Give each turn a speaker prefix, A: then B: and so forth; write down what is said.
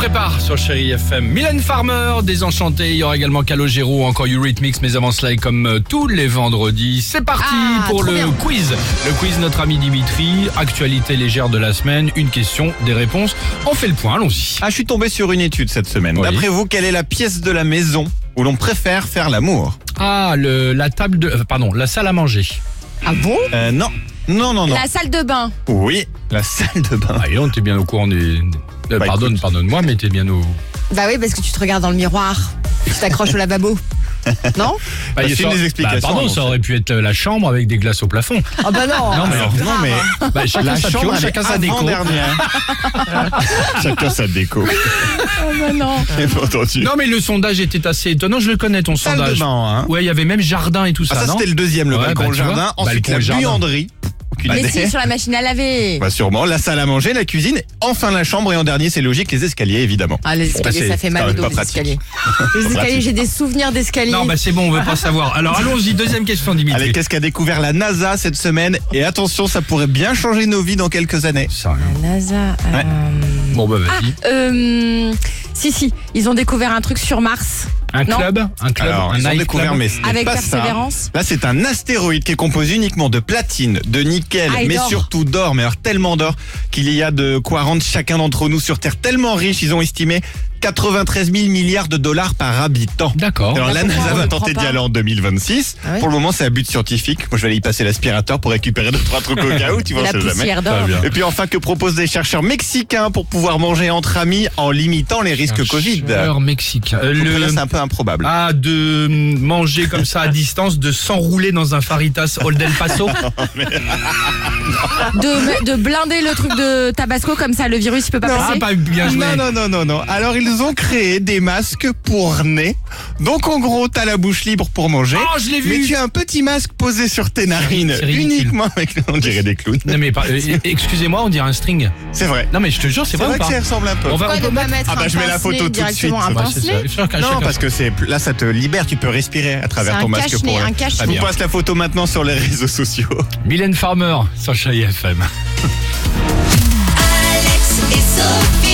A: départ sur Chéri FM. Mylène Farmer, Désenchanté, il y aura également Calogero, encore Eurythmics, mais avant cela, et comme euh, tous les vendredis, c'est parti
B: Ah,
A: pour
B: trop
A: le
B: bien.
A: quiz. Le quiz, notre ami Dimitri, actualité légère de la semaine, une question, des réponses. On fait le point, allons-y.
C: Ah, je suis tombé sur une étude cette semaine.
A: Oui.
C: D'après vous, quelle est la pièce de la maison où l'on préfère faire l'amour
A: Ah, le, la table de, euh, pardon, la salle à manger.
B: Ah bon
C: Euh, non. Non, non, non.
B: La salle de bain.
C: Oui, la salle de bain.
A: Ah, et on t'es bien au courant des, des-
C: Bah,
A: pardonne,
C: écoute.
A: pardonne-moi, mais t'es bien au,
B: Bah oui, parce que tu te regardes dans le miroir. Tu t'accroches au lavabo.
A: Bah,
B: Non
C: Parce
A: il
C: qu'il
A: sort-
C: y a des explications, hein,
A: Bah, pardon,
C: donc.
A: ça aurait pu être euh, la chambre avec des glaces au plafond.
B: Ah bah non.
A: Non, mais alors,
C: non, mais
A: Bah, chacun
C: la
A: sa pio,
C: chambre, elle
A: chacun
C: est
A: sa déco.
C: avant-dernière. chacun sa déco.
B: Ah bah non.
C: J'ai pas entendu.
A: Non, mais le sondage était assez étonnant. Je le connais, ton
C: salle
A: sondage.
C: de bain, hein.
A: Ouais, il y avait même jardin et tout
C: Ah,
A: ça,
C: ça,
A: non
C: c'était le deuxième, le
A: Ouais,
C: balcon,
A: bah,
C: le
A: tu vois,
C: jardin. Ensuite,
A: balcon,
C: la
A: jardin.
C: buanderie. Aucune
B: Mais
C: idée.
B: si, sur la machine à laver.
C: Bah, sûrement. La salle à manger, la cuisine, enfin la chambre et en dernier, c'est logique, les escaliers, évidemment.
B: Ah, les escaliers,
C: c'est-
B: ça fait
C: c'est
B: mal
C: quand même
B: au dos,
C: pas
B: les
C: pratique.
B: escaliers. Les escaliers,
C: pratique.
B: j'ai des souvenirs d'escaliers.
A: Non, bah c'est bon, on veut pas savoir. Alors allons-y, deuxième question, Dimitri.
C: Allez, qu'est-ce qu'a découvert la NASA cette semaine Et attention, ça pourrait bien changer nos vies dans quelques années.
A: Ça, rien.
B: NASA. euh,
C: Ouais.
A: Bon, bah
B: Ah,
A: vas-y.
B: euh, si, si, ils ont découvert un truc sur Mars
A: Un
B: Ah, non.
A: club Un club
C: Alors,
A: Un
C: ils ont
A: night
C: découvert,
A: club
C: mais ce n'est
B: avec
C: pas ça.
B: persévérance.
C: Là, c'est un astéroïde qui est composé uniquement de platine, de nickel,
B: Ah, et
C: mais
B: d'or.
C: surtout d'or, mais alors tellement d'or qu'il y a de quoi rendre chacun d'entre nous sur Terre tellement riche, ils ont estimé 93 000 milliards de dollars par habitant.
A: D'accord.
C: Alors
B: Ah,
C: la
B: pourquoi
C: NASA
B: on
C: va
B: le prend
C: tenter d'y
B: pas
C: aller en 2026.
B: Ah ouais
C: Pour le moment, c'est à but scientifique. Moi, je vais aller y passer l'aspirateur pour récupérer deux trois trucs au cas où, tu
B: de
C: vois, on
B: la
C: sait jamais.
B: poussière
A: Très
B: d'or.
A: bien.
C: Et puis enfin, que proposent des chercheurs mexicains pour pouvoir manger entre amis en limitant les risques Covid
A: Chercheur mexicain. Euh,
C: Donc là,
A: le...
C: C'est un peu improbable.
A: Ah, de mm, manger comme ça à distance, de s'enrouler dans un Faritas Old El Paso. Ah,
B: De, de blinder le truc de Tabasco, comme ça, le virus, il peut pas
A: Ah,
B: passer.
A: pas bien joué.
C: Non, non, non, non, non. Alors, ils ont créé des masques pour nez. Donc, en gros, t'as la bouche libre pour manger.
A: Oh, je l'ai
C: mais
A: vu.
C: tu as un petit masque posé sur tes narines.
A: c'est ridicule.
C: Uniquement avec. On dirait des clowns.
A: Non mais par- euh, excusez-moi, on dirait un string.
C: C'est vrai.
A: Non mais je te jure, c'est
C: C'est
A: vrai
C: vrai
A: ou
C: que
A: pas
C: ça y ressemble un peu.
A: On va
B: Pourquoi
A: on peut
B: ne pas
A: mettre-
B: mettre
C: Ah bah,
B: un
C: je mets la
B: pincelet
C: photo tout de
B: directement,
C: suite,
B: un
A: Ouais, Ah, c'est ça.
B: pincelet
A: Chacun-
C: Non,
A: chacun
C: parce
A: son-
C: que c'est là, ça te libère. Tu peux respirer à travers
B: C'est
C: ton
B: un
C: masque
B: cache-nez,
C: pour. Ah,
B: un cache-nez.
C: Je vous
A: Bien.
C: passe la photo maintenant sur les réseaux sociaux.
A: Mylène Farmer sur Chéri FM.
D: Alex et Sophie.